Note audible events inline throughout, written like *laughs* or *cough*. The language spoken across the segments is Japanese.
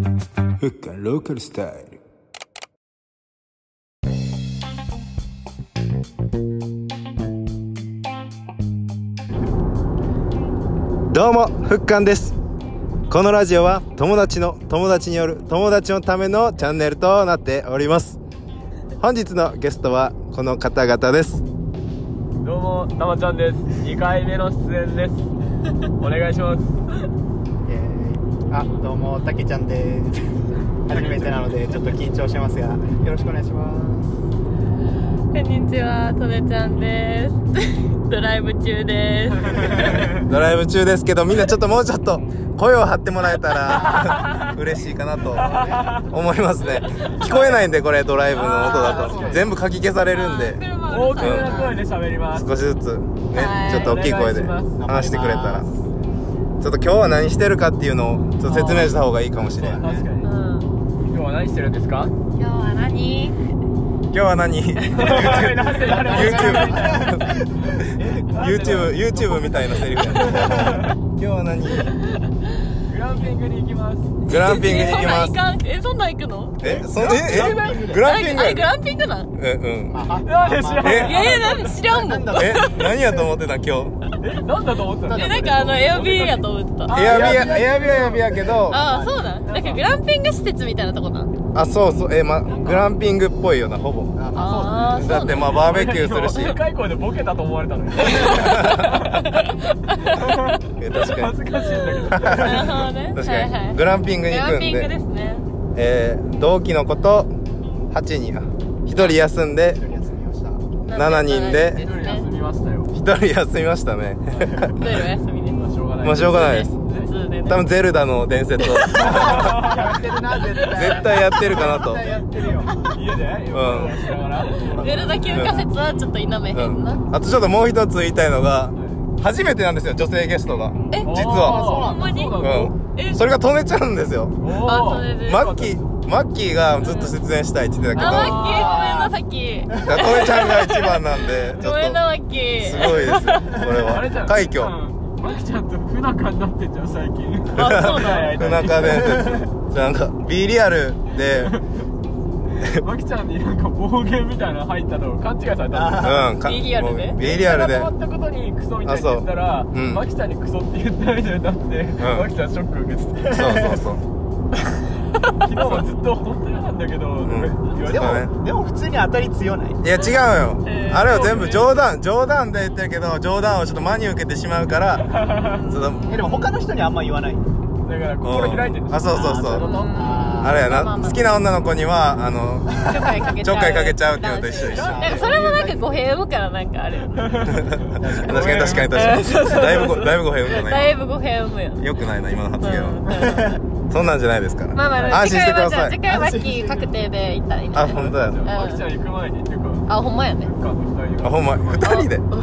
物件ローカルスタイルどうもふっかんですこのラジオは友達の友達による友達のためのチャンネルとなっております本日のゲストはこの方々ですどうも、たまちゃんです。2回目の出演です。お願いします。えーあどうもたけちゃ *laughs* んです初めてなのでちょっと緊張してますがよろしくお願いしますこんにちは、とねちゃんです。 *laughs* ドライブ中です。ドライブ中ですけどみんなちょっともうちょっと声を張ってもらえたら *laughs* 嬉しいかなと思いますね聞こえないんでこれドライブの音だと全部かき消されるんで *laughs* 車大がきうるな声で喋ります。少しずつねはいちょっと大きい声でお願いします話してくれたらちょっと今日は何してるかっていうのをちょっと説明した方がいいかもしれない確かに。さいうん今日は何してるんです *laughs* か今日は何今日は何なんでなんで YouTube YouTube みたいなセリフやな今日は何グランピングに行きます。グランピングに行きますそんなん行かんえ、そんなん行くのえそええグランピングあれ、グやランピングなんでうんうんなんで知らんえいやいや、なんか知らんもん。え何やと思ってた今日なんだと思ってたのえ、なんかあの、エアビーやと思ってた。エアビアエアビアやびやけどああ、そうだ。なんかグランピング施設みたいなとこなん。あそうそうえまグランピングっぽいよなほぼああ、そうだなっんてだ。まあバーベキューするしでかい声でボケたと思われたのよ。 *laughs* え確かに恥ずかしいんだけど。なるほどね。確はかいはにいグランピングにグ行ラくんンピングでですね。えー同期の子と8人1人休んで一人休みました7人なで一ん人か休みましたよ。 1人休みましたね一人お休みです。まあしょうがない。もうしょうがないです普通でね。多分ゼルダの伝説をやってるな絶対絶対やってるかなとやってるよ家でうんしながら。ベルダ休暇説はちょっと否めへんな。あとちょっともう一つ言いたいのが初めてなんですよ女性ゲストがえ、実はほんまにそうなのうえんそれがトネちゃんですよおあそれーでマッキーマッキーがずっと出演したいって言ってたけあ、マッキー、ごめんな、さどトネちゃんが一番なんでっき。ちょごめんっな、とマッキー。すごいですよこれあれじゃはん快挙うんマキちゃんと不仲になってんじゃん最近あそうな *laughs* んや不仲伝説なんか B リアルでマキちゃんになんか暴言みたいなの入ったの勘違いされたうんのか B リアルでもう B リアルで止まったことにクソみたいに言ったら、そううんマキちゃんにクソって言ったみたいになって、マキちゃんショック受けててそうそうそう昨日はずっと本当嫌なんだけど、ん言われでてそうだねもでも普通に当たり強ないいや違うのえよーあれは全部冗談冗談で言ってるけど冗談をちょっと真に受けてしまうからちょっとえでも他の人にあんま言わないだから心開いてるうんあそうそうそうあなるほどああれやな、まあまあ好きな女の子にはあのちょっかいかけちちゃう。ょっかいかけちゃうっていうのと一緒一緒なんかそれもなんか語弊をからなんかあるよね。確かに確かに確かにだいぶごだいぶご平穏だだないぶ語弊を生むよね。よくないな今のう発ん言うんは、そんなんじゃないですから、まあまあ、安次心して回くだはじゃあさ次い回はマッキー確定で行ったらいいね。あ本当だじゃよあマキちゃん行く前にっていうかあ、ほんまやねフ。ッカーの二人あほんま2人でがだ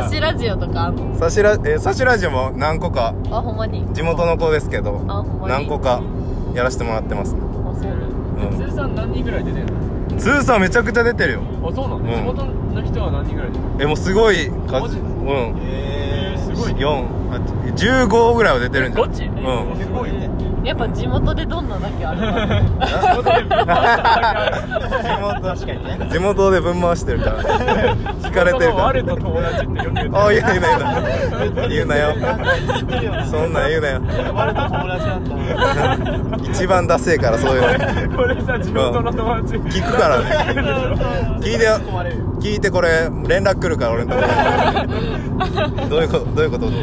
からサシラジオとかあんのサシラ,、えーサシラジオも何個かあ、ほんまに。地元の子ですけどあほんまに何個かやらせてもらってます、あ、そうなんう通算何人ぐらい出てんのん、通算めちゃくちゃ出てるよあそうなうの、ん地元の人は何人ぐらい出てるえもうすごいマ数ジうんえー、すごいね415ぐらいは出てるんじゃないガチうんすごいねだやっぱ地元でどんなだけあるか。*laughs* *laughs* 確かにね地元でぶん回してるから *laughs* ね聞かれてるか我らと友達ってよく言うあ言うな言うな言うな言ってる言ようななそんなん言うな我と友達なんだよ *laughs* 一番ダセえからそういうのこれさ地元の友達聞聞くからね聞いてよ壊れる聞いてこれ連絡来るから俺のところにどういうことどういうことって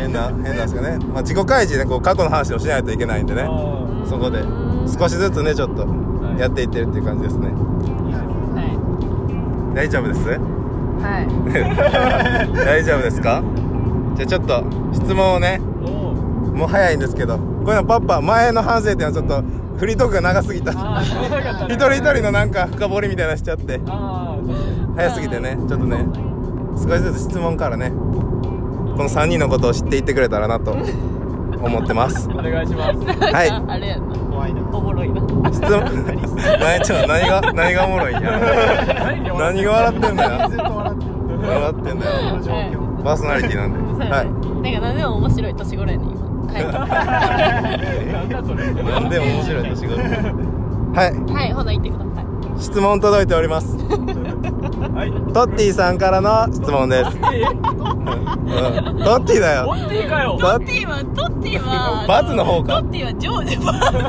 変な変なんですかね、まあ、自己開示でこう過去の話をしないといけないんでねあそこで少しずつねちょっとやっていってるっていう感じですねは大丈夫ですい。はい。大丈夫ですかじゃあちょっと質問をねーおーもう早いんですけどこういうのパッパ前の反省点はちょっとフリートークが長すぎたあー知らなかった一ね人一人のなんか深掘りみたいなのしちゃってあ早すぎてねちょっとね少しずつ質問からねこの3人のことを知っていってくれたらなと思ってますーお願いしますはいなんかあれやな。怖いなおもろいな。質問何ちょっと何が何がおもろいんや何が笑ってんだずよっと笑ってる笑ってんだよ状況パーソナリティなんでそうやねはいなんか何でも面白い年頃やね今はなんだそれなんで面白い年頃ははい、ほな行ってください。い質問届いておりますはいトッティさんからの質問です、うん、トえッティだホよッティかよトッティは、トッティは、バズの方かトッティは上手ババズの方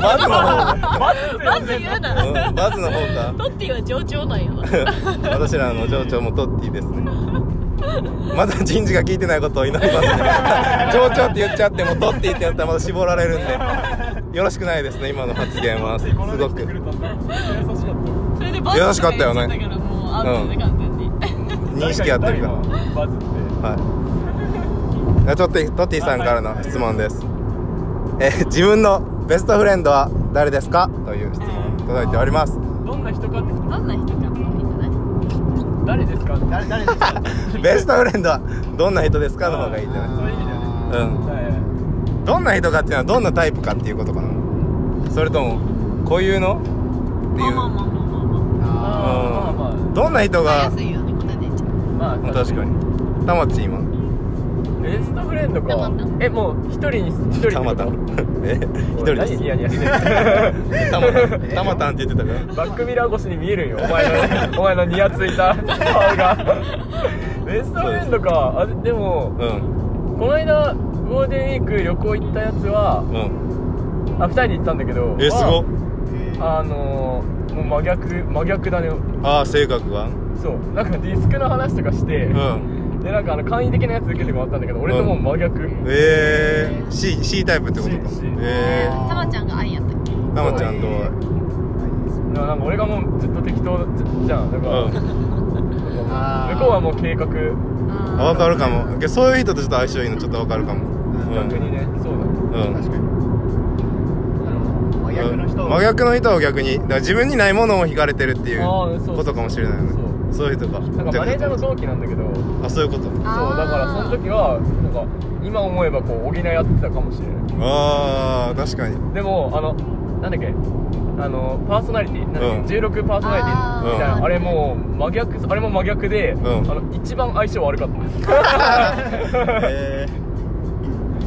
か、マジでバズ言ううんな。バズの方かトッティは上長なんやな。私らの情緒もトッティですねまだ人事が聞いてないことを祈りますね情緒って言っちゃってもトッティってやったらまだ絞られるんでよろしくないですね今の発言はすこのご人来てくれくたんだ優しかったそれでバズ優しかったよねだからもうアウトで完全に。認識合ってるから誰が言った今バズってはいじゃあトッティトッティさんからの質問ですえー自分のベストフレンドは誰ですかという質問届いておりますどんな人かってどんな人かもいいんじゃない誰ですか誰誰ですか *laughs* ベストフレンドはどんな人ですかの方がいいんじゃないそういう意味だよねうんはいはいどんな人かっていうのはどんなタイプかっていうことかなそれともこういうのってまいあうまあまあまあまあまあーまあまどんな人あ。が安いよね、答え出ちゃう。あまあ確かにたまち今ベストフレンドたまかたまえもう一人に一人たまた *laughs* え一人です何ニヤニヤしてんたのまたんたまたんって言ってたかバックミラー越しに見えるんよお前 *laughs* のお前のニヤついた顔がベストフレンドかあでもらうんこの間ゴールデンウィーク旅行行ったやつはうんあ二人で行ったんだけどえすごっあのー、もう真逆真逆だねああ性格がそうなんかディスクの話とかして、うんでなんかあの簡易的なやつ受けてもらったんだけど俺ともう真逆、ええ C, C タイプってことか C C えたまちゃんが愛やったっけえたまちゃんとだからなんか俺がもうずっと適当じゃじゃんだから、う向こんうあーはもう計画あわあかるかもけそういう人とちょっと相性いいのちょっとわかるかもうん逆にね、そうだうん確かになるほど真逆の人うん真逆の人を逆にだから自分にないものを引かれてるっていうあーそうことかもしれないよねそういう人かなんかマネージャーの同期なんだけどそうあそういうことあーだからその時はなんか今思えばこう補い合ってたかもしれないああ確かに *laughs* でもあのなんだっけあのパーソナリティなんだっけ、うん16パーソナリティみたいなあーあれもう真逆あれも真逆で、んあの一番相性悪かったで *laughs* すえ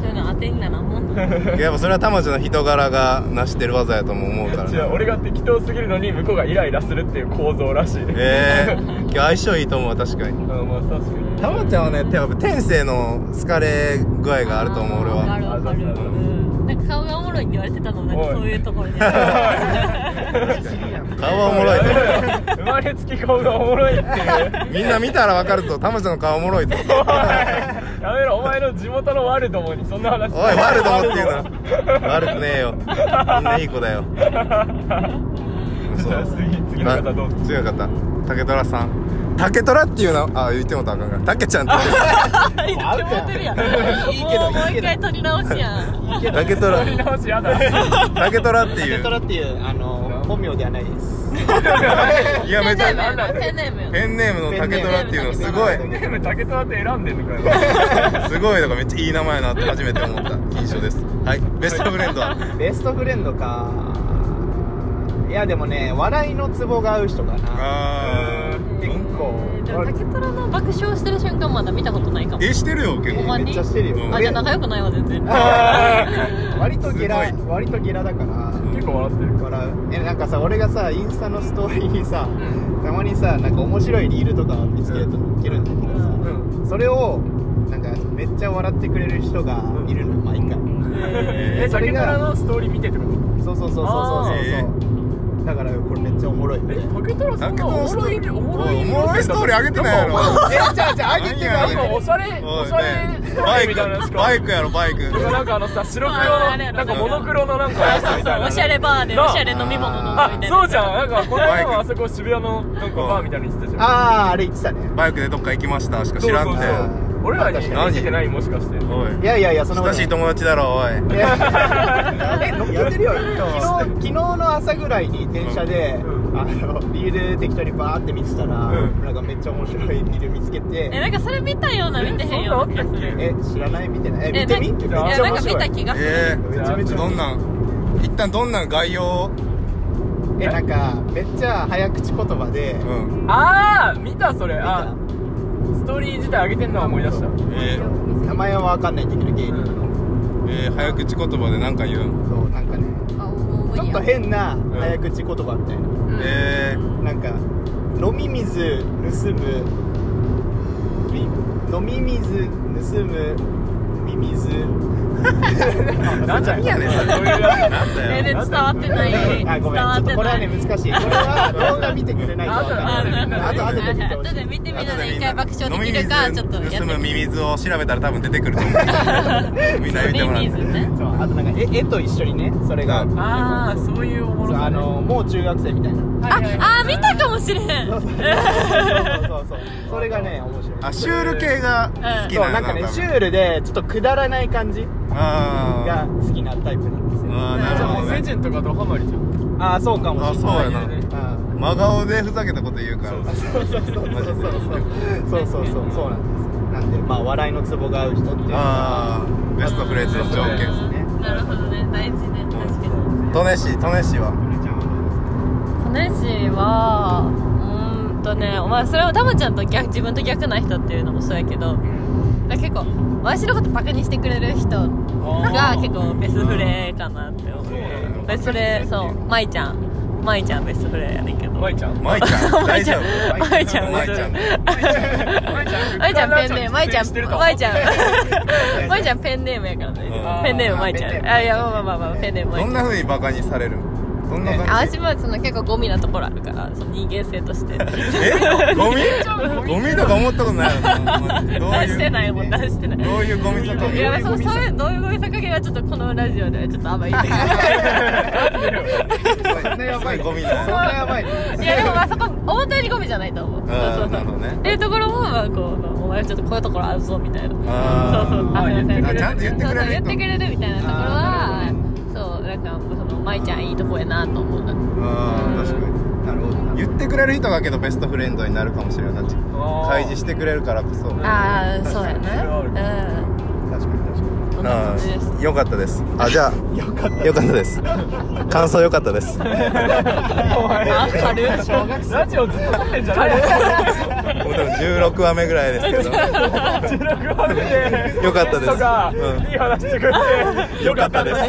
そういうの当てにならんもんだ。ー、やっぱそれはたまちゃんの人柄がなしてる技やとも思うから違う俺が適当すぎるのに向こうがイライラするっていう構造らしいねええー、今日相性いいと思う確かにうんまあ確かにたまちゃんはねやっぱ天性の好かれ具合があると思う俺わかはるわかる。うんなんか顔がおもろいって言われてたの、なんかそういうところ *laughs* で。顔はおもろいと思生まれつき顔がおもろいっていううみんな見たらわかるとたまちゃんの顔おもろいとおいやめろお前の地元のワルドモにそんな話おい悪と思って言うな悪くねえよみんないい子だよ *laughs* じゃあ次次の方どうぞな次の方竹虎さん竹虎っていうのあ言ってもたらあかんから竹ちゃんって言ういいと決まってるやん。もいいけどうもういいけ一ど回取り直しやん。竹撮り虎直しやだ竹虎っていペうトラっていうあの本名ではないですいやめペンちネゃームやな、ペンネームやなペンネームの竹虎っていうのすごいペンネーム竹虎って選んでんのかよすごいだからめっちゃいい名前やなって初めて思った印象ですはいベストフレンドはベストフレンドかいやでもね笑いのツボが合う人かな *laughs* あ結構でも竹虎の爆笑してる瞬間まだ見たことないかもーえしてるよ結ほんま構にめっちゃしてるよ、うんあじゃあ仲良くないわ全然 *laughs* 割とゲラすご割とゲラだから結構笑ってる笑うえなんかさ俺がさインスタのストーリーにさたまにさなんか面白いリールとかを見つけると載っけるんだけどさうんそれをなんかめっちゃ笑ってくれる人がいるの毎回えそ竹れが虎のストーリー見てってことそうそうそうそうそうあそうーへだからこれめっちゃおもろいよ *laughs* えね竹虎さんがおもろいおもろいおもろいストーリーあげてないやろえじゃあじゃああげてなあんげかおてしゃれおおいしゃれねスえトーバリーイみクたいなのしかバイクやろバイクなんかあのさ白黒あーあのれやろなんかモノクロのなんかやつみたいなおしゃれバーでなおあしゃれ飲み物飲むみたあいなそうじゃんなんかこの間バイもクあそこ渋谷のなんかバーみたいにしてたじゃんあああれ言ってたねバイクでどっか行きましたしか知らんそうそうてそう俺らに見せてないもしかしておいいやいやいやそんなこ親となしいい友達だろおいいやえ乗っけてるよ昨日昨日の朝ぐらいに電車で、うあのリール適当にバーって見てたら、うんなんかめっちゃ面白いリール見つけえてなんかそれ見たような見てへんような気がすえそんなのあったっけるえ知らないみたいなええ見てみめっちなんかいやゃなん面か見白いた気がするえめちゃめえちゃどんなん一旦どんなん概要をえなんかめっちゃ早口言葉で、うんああ見たそれたあストーリー自体上げてんのは思い出したえ名前は分かんないんだけど芸人の、えー早口言葉で何か言うんそうなんかねちょっと変な早口言葉みたいな、えーなんか飲み水盗むみ飲み水盗むミミズなんだよやねんそれそういうやなんつだ全よ然伝わってないあ伝ごめんわっちょっとてこれなはねい難しいこれは動画見てくれないとあ分とかあんないと後あ後で見てほしといで見てみ後るのででみん一な回爆笑できるかちょっとや盗むってミミズを調べたら多分出てくる *laughs* と思うみんな見てもらっミてミズねそうあとなんか絵絵と一緒にねそれがうんああそういうおもそうろさあねのもう中学生みたいなああー見たかもしれんそうそうそうそうそれがね面白いあシュール系が好きそうななんんだかね多分シュールでちょっとくだらない感じがあ好きなタイプなんですーよあーなるほどねジンとかドハマりじゃんああそうかもあしれそうないやなうん真顔でふざけたこと言うからそうそうそうそうそうそうそうそうそうそうなんですなんでまあ笑いのツボが合う人っていうのはああベストフレーズの条件なるほどね大事ね確かにトネシトネシはゆりちゃんはどうですタかネシはうーんとねお前それはタマちゃんと逆自分と逆な人っていうのもそうやけどだから結構私のことバカにしてくれる人が結構ベスフレかなって思うベスフレそう舞ちゃん舞ちゃんベスフレやねんけど舞ちゃんマイちゃん大 *laughs* 舞ち丈ゃん夫舞ちゃん舞舞ちゃん舞ちゃん *laughs* 舞ちゃんペンネーム舞ちゃん舞ちゃ *laughs* ん舞ちゃんペンネームやからあねーペンネーム舞ちゃペンネーんムあいやまあまあまあまあペンネーム舞どちゃんんな風にバカにされるどんなあ感私じもその結構ゴミなところあるからその人間性 *laughs* としてえ *laughs* ゴミゴミとか思ったことないよなマジで出どうしていうないもん出してないどういうゴミとかいやそうそういうどういうゴミさ加減はちょっとこのラジオではちょっとあんまり言い *laughs* たくないそんなやばいすごいゴミそだんなやばいいやでもまあそこ思ったよりゴミじゃないと思うそうあそーうなるそほうどねっていうところもまあこうお前ちょっとこういうところあるぞみたいなあーそうそうあすいませんあちゃんと言ってくれるそうそう言ってくれるみたいなところはそうなんかその舞ちゃんいいとこやなと思うなあー確かになるほど言ってくれる人がけどベストフレンドになるかもしれない開示してくれるからこそああそうやなううんん確かに確かにこんな感じですあーよかったですあじゃあよかったです感想よかったですあ軽い小学生ラジオずっと撮ってんじゃないもうでも16話目ぐらいですけど16話目でよかったですゲストうがんいい話してくれてよかったですそう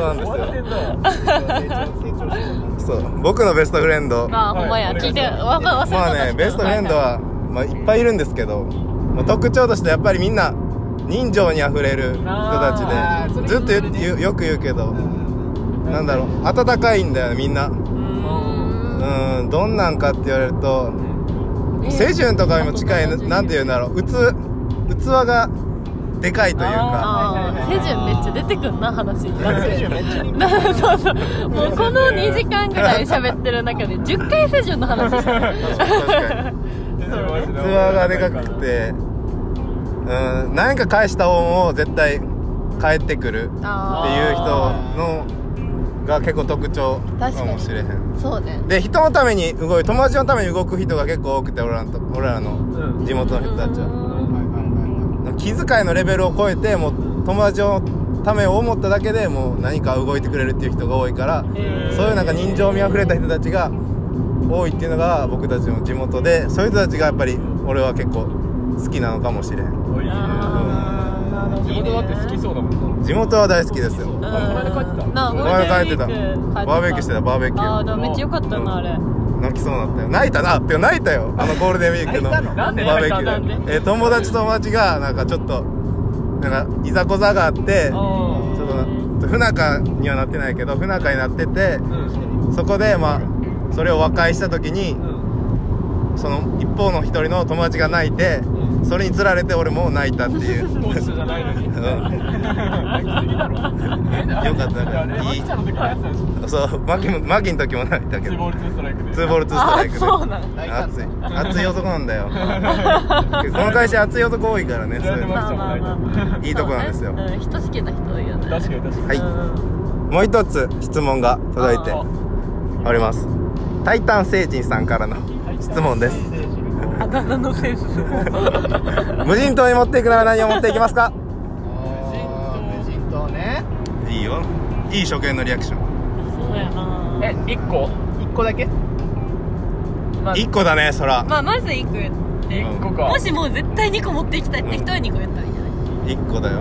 なん終わってんでの成長成長してるなすよそう僕のベストフレンドまあほんまやはい聞いてわか忘れてたまあねベストフレンドは、まあ、いっぱいいるんですけど、まあ、特徴としてやっぱりみんな人情にあふれる人あたーちでずっと言って言うよく言うけどなんだろう温かいんだよねみんなううんーんどんなんかって言われるとえ青春とかにも近いあなとなんて言うんだろう器器がでかいというかああ、セジュンめっちゃ出てくんな話になって成長めっちゃ人気そうそうもうこの2時間ぐらい喋ってる中で10回セジュンの話したね確かに器がでかくてうん何か返した恩を絶対返ってくるっていう人のが結構特徴かもしれへんそうねで人のために動い友達のために動く人が結構多くて俺らの俺らのうん地元の人たちはははいはいはいはい気遣いのレベルを超えてもう友達のためを思っただけでもう何か動いてくれるっていう人が多いからへーそういうなんか人情味あふれた人たちが多いっていうのが僕たちの地元でそういう人たちがやっぱり俺は結構好きなのかもしれんおいいねあー地元だって好きそうだもんな地元は大好きですようんこの間帰ってたなあお前が帰ってたゴールデンウィーク帰ってたバーベキューしてたバーベキューああでもめっちゃ良かったなあれ泣きそうになったよ泣いたなって泣いたよあのゴールデンウィークの泣いたのバーなんベでキュなんでーでえー友達と友達がなんかちょっとなんかいざこざがあってちょあっとな不仲にはなってないけど不仲になっててそこでまあそれを和解した時にその一方の一人の友達が泣いてそれにつられて俺も泣いたっていう *laughs* 本社じゃないのにうん泣きすぎだろよかったいやねマいキちゃんの時のやつだしそうマキもマキの時も泣いたけ2どボール2ストライクでツーボールツーストあライあクでそうなん泣いたん熱だい熱い男なん *laughs* だよこの会社熱い男多いからねそつらうれいてうのましたもんまあま泣いいいとこなんですよそうねうん人しけな人多いよねた確かに確かにはいもう一つ質問が届いておりますタイタン星人さんからの質問ですあだ名のセンス無人島に持っていくなら何を持っていきますかあー無人島ねいいよいい初見のリアクションそうやなえ一個一個だけまあ1個だねそらまあまず行くって一個かもしもう絶対2個持っていきたいって人は2個言ったらいいんじゃないえ一個だよ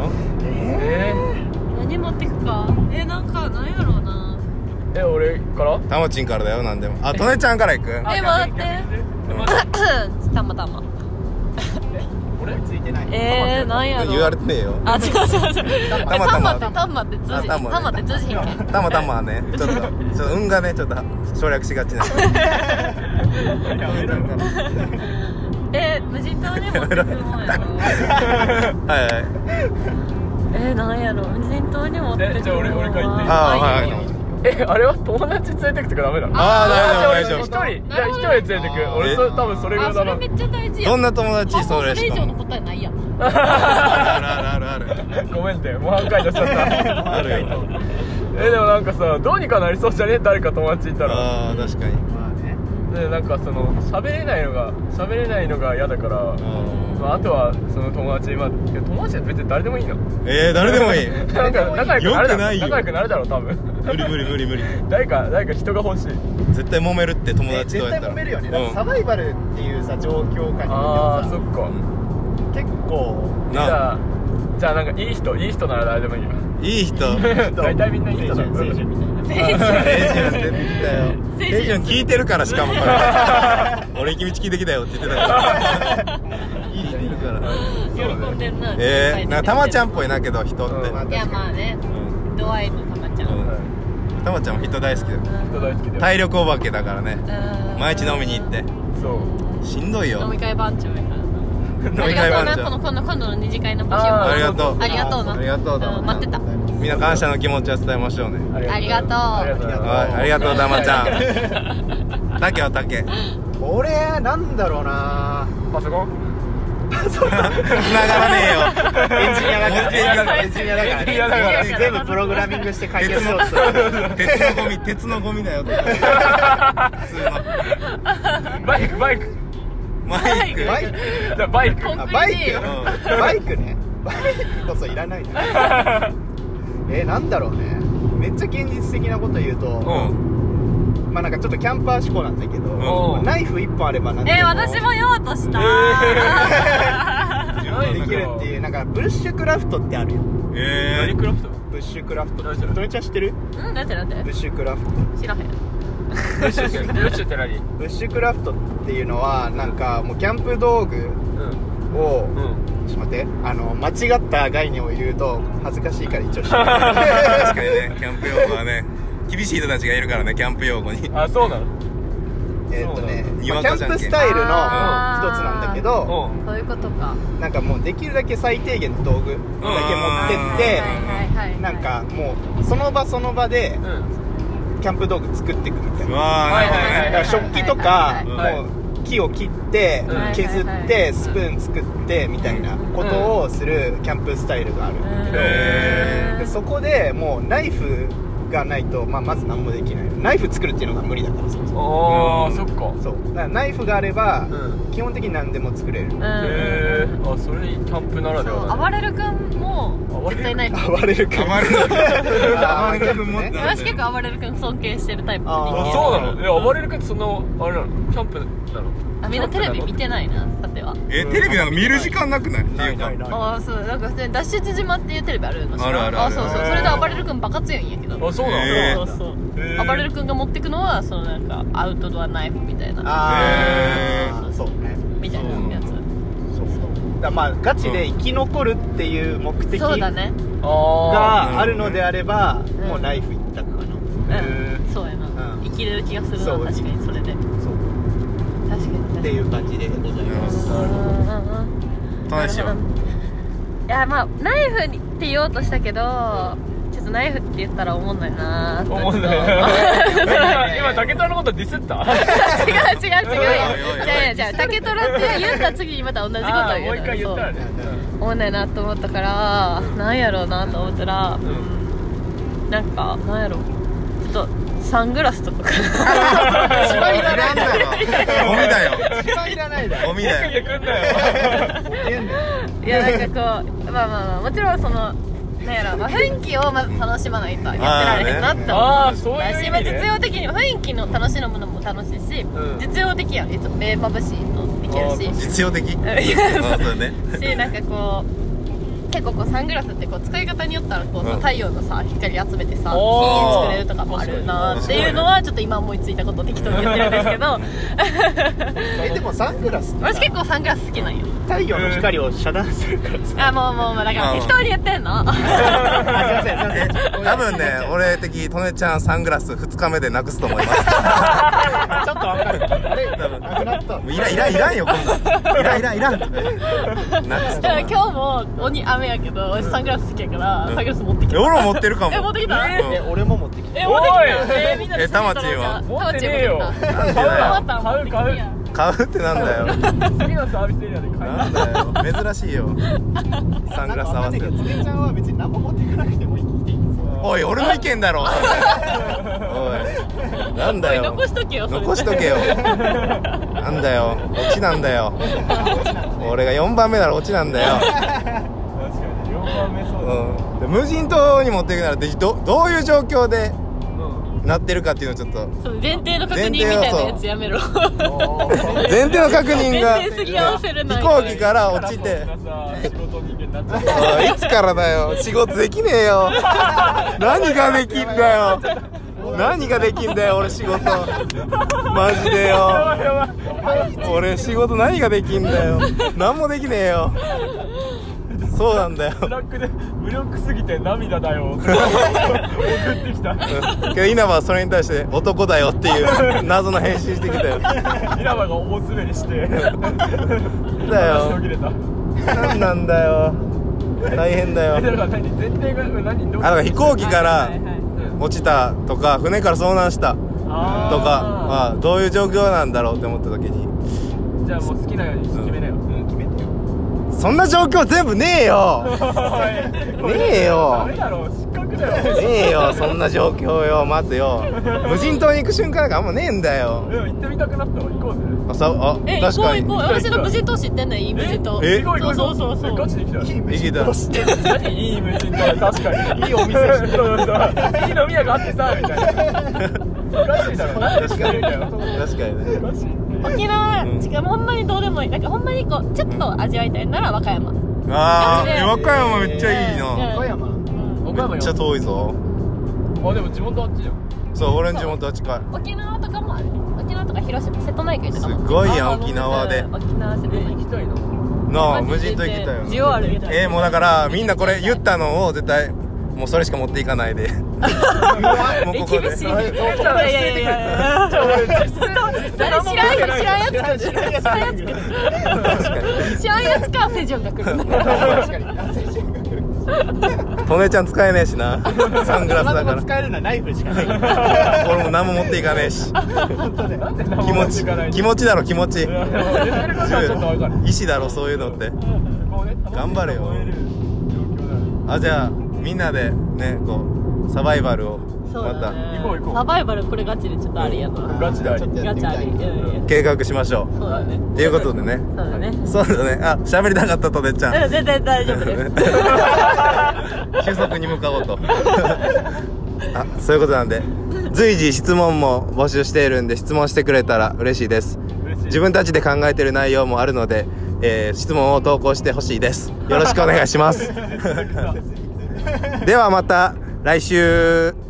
え何持ってくかえなんかなんやろ *coughs* うなー、え俺からたまちんからだよなんでもあとねちゃんから行くえ待ってたまたま俺ついてないえー、なんやろう言われてねえよあ違う違う違うえたまたまたまたまって通じあたまねたまって通じひんけんたまたまねちょっとちょっと運がねちょっと省略しがちなんでやめろよえ無人島に持ってくもんやろ *laughs* はいはいえなんやろ無人島に持ってくもんえじゃあ俺俺から言っていいああはいいいよはいえあれは友達連れてくとかダメなのあ俺ー大丈夫大一丈夫人な一る人ほど連れてく俺そえ多分それぐらあいだそなれめっちゃ大事やどんな友達高それ校それし以か上のも答えな *laughs* いやんあるあるあるあるごめんってもう半回出しちゃったあるよえでもなんかさどうにかなりそうじゃね誰か友達いたらあー確かにまあねでなんかその喋れないのが喋れないのが嫌だからあまあ、あとはその友達今友達は別に誰でもいいのーえー誰でもいいなんか仲良くなるよくだなろいよ仲良くなるだろう多分 *laughs* 無理無理無理無理誰か誰か人が欲しい絶対揉めるって友ね達と絶や対ったら揉めるよね、だってサうバイバルっていうさ状況下にああそっおいかてもさ結構んじゃなあじゃあなんかいい人いい人なら誰でもいいよいい人大体みんないい人青だ春青春みたいな青春エイジョン出てきたよ青春エイジョン聞いてるからしかもこ *laughs* れ俺行き道聞いてきたよって言ってたからいい人いるから喜んでんなえー、なんかたまちゃんっぽいいなけど人って、ううんんいやまあね度合いのたまちゃん、うんうんたまちゃんも人大好きだよ人大好きだよ体力お化けだからねうん毎日飲みに行ってそうしんどいよ飲み会番長やからな飲みあり会がと番うな長この今度今度の二次会の募集もあありがとうありがとうなありがとうだわん待ってたみんな感謝の気持ちは伝えましょうねありがとうありがとうございますはいありがとうたま *laughs* ちゃんたけはたけ俺なんだろうなパソコン *laughs* 繋がらねえよ *laughs* エンジニアだからエンジニアだからエンジニアだから全部プログラミングして解鉄決しよのうとす *laughs* る鉄のゴミ鉄のゴミだよって普通のバイクバイクマイクバイクじゃあバイクコンあクバイリクーバイクねバイクこそいらない *laughs* なえなんだろうねめっちゃ現実的なこと言ううと、んまあなんかちょっとキャンパー志向なんだけど、んナイフ一本あれば何えでもー、私も用途した、自できるっていうなんかブッシュクラフトってあるよえクラフトブッシュクラフト何それどれちゃん知ってるうんなんてなんブてッシュクラフト知らへんブッシュブッシュって何ブッシュクラフトっていうのはなんかもうキャンプ道具うんを、うんちょっと待ってあの間違った概念を言うと恥ずかしいから一応知ーらない確かにねキャンプ用語はね厳しい人たちがいるからねキャンプ用語にあそうなの *laughs* えーっとね、にまわあキかじャゃんンけんプスタイルの一つなんだけどうんそういうことかなんかもうできるだけ最低限の道具だけ持ってってはいはいはいはいなんかもうその場その場でうんキャンプ道具作っていくみたいなうわーなるほどねはいはいはだかいら食器とかはいはいもう木を切ってうん削はいはっいはてスプーン作ってみたいなことをするキャンプスタイルがあるへでそこでもうナイフがないと、まあ、まず何もできないナイフ作るっていうのが無理だからそもそもあうーんそっかそうだからナイフがあればう基本的に何でも作れるうへんえあそれキャンプならでそはうだ暴ねれる君も絶対ないと思う暴れるか暴れるあ暴ーれるもんだ私結構暴れる君尊敬してるタイプの人あ間あそうなのえ暴れる君ってそんなあれなのキャンプなのあみんなテレビ見てないなさてはえテレビなんか見る時間なくないっていうかああそうなんかね脱出島っていうテレビあるのあるあるあるそうそうそれで暴れる君バカ強いんやけどあそうなの、へーそうそへうそーう暴れる君が持ってくのはそのなんかアウトドアナイフみたいなあーへーそうねみたいなやつそうそうだからまあガチで生き残るっていう目的そうだがねああるのであればんもうナイフ一択かなうんーそうやなうん生きれる気がするそうな確かにそれでそう確かに確かっにていう感じでございますうんうんうんどうしよういやまあナイフにって言おうとしたけどちょっとナイフって言ったらおもんないなおもんない今今竹虎のことディスった違う違う違うおいおいおいじゃあじゃあ竹虎って言った次にまた同じことをあー言うもう一回言ったらねそうおもんないなと思ったからなんやろうなと思ったら、うんんなんかなんやろうちょっとサングラスとかか一番いらないだろゴミだよ一番いらないだろゴミだ出よてくんなよ言うんだよないやなんかこうまあまあまあもちろんそのなんやろう、まあ、雰囲気をまず楽しまないとやってられへんなって思ったああそういうし意まあ味実ね用的にも雰囲気の楽しむものも楽しいし、うん実用的やんいつも目まぶしいとできるし実用的いあそうだねしなんかこう結結構こうサングラスってこう使い方によったらこうさうん太陽のさ光集めてさおー作れるとかもあるなっていうのはちょっと今思いついたこと適当に言ってる *laughs* んですけどえでもサングラスって私結構サングラス好きなんよ太陽の光を遮断するからさあもうもうもうだから適当に言ってんのあすいませんすいません多分ね俺的とねちゃんサングラス2日目でなくすと思いますちょっとわかるあれなくなったもういらいらいらんよ今度いらいらいらんとか言うなくすだと思いまから *laughs* 今日も鬼雨やけど私サングラス好きやからサングラス持ってきすえた俺も持ってるかもえ持ってきうたんえ俺も持ってきてえ持ってきおいたえみんなでえタマチーはタ持マってチねーえよ持ってきたなんでタだマよったら持ってきてや買うってなんだよ次のサービスエリアで買ないまんすだよ珍しいよサングラス合わせなんかわかんないけどつけちゃんは別に何も持っていかなくてもいいって言っておい俺の意見だろそれおいなんだよおい残しとけよそれ残しとけよなんだよオチなんだよ俺が4番目ならオチなんだよ確かに4番目そうだうんで無人島に持っていくならでどどういう状況でなってるかっていうのをちょっとその前提の確認みたいなやつやめろ前提の確認が前提すり合わせるな飛行機から落ちてうんさ仕事人間になっちゃったおいいつからだよ仕事できねえよ何ができんだよ何ができんだよ俺仕事マジでよやばい俺仕事何ができんだよ何もできねえよそうなんだよスラックで無力すぎて涙だよ送って *laughs* きたけど稲葉はそれに対して男だよっていう謎の返信してきたよ稲葉が大滑りしてだよ話途切れた何なんだよ大変だえだかよら何前提が何どあだから飛行機かはらいはい落ちたとか船から遭難したとかとかあどういう状況なんだろうって思った時にじゃあもう好きなように決めなよ、 *laughs* 決めてよそんな状況全部ねえよおいねえよダメだろ失格だよねえよそんな状況よまずよ無人島に行く瞬間なんかあんまねえんだよでも行ってみたくなったわ行こうぜあそうあえ行確こうかに行こう私の無人島知ってんねんいい無人島え行こう行こうそうそうそうそうガチで行きたい行けた何いい無人島確かにいいお店そうそうそういい飲み屋があってさみたいなおかしいだろ何確しかてにるんだよ確かにねおかしいって沖縄、うん違うほんまにどうでもいいなんかほんまにこうちょっと味わいたいなら和歌山、うんあえー和歌山めっちゃいいうんな富山岡山めっよちゃ遠いぞあでも地元あっちじゃんそう俺の地元は近い沖縄とかもある沖縄とか広島瀬戸内海とかもすごいやんあー沖縄でうん沖縄瀬戸え内行海きたいななあ無人島行きたいよ需要あるみたいなえー、もうだからみんなこれ言ったのを絶対もうそれしか持っていかない *laughs* でもうここで厳しい。いはいやいやいやいや。俺実際誰知らんよ知らんやつか知らんやつ *laughs* か確かに知らんやつかセジョンが来る。確かに男性陣が来るトネちゃん使えねえし *laughs* なサングラスだ今かの使えるのはナイフしかないら俺も何も持っていかねえし本当でなんで名気前持出てちかない気持ちだろ気持ちいやでも言ってることはちょっとわかる意志だろそういうのってもうね頑張れよ楽しいと思える状況だよあじゃあみんなでねこうサバイバルをそうだまね行こう行こ。うサバイバルこれガチでちょっとありやな。ガチだよちょっとやガってチみあたり。いうんた計画しましょそうだね。うということでねそうだね。そうだねあ喋りたかったトネちゃんうん全然大丈夫です。収束に向かおうと *laughs* あそういうことなんで随時質問も募集しているんで質問してくれたら嬉しいです嬉しい自分たちで考えてる内容もあるので、えー質問を投稿してほしいです *laughs* よろしくお願いしますではまた来週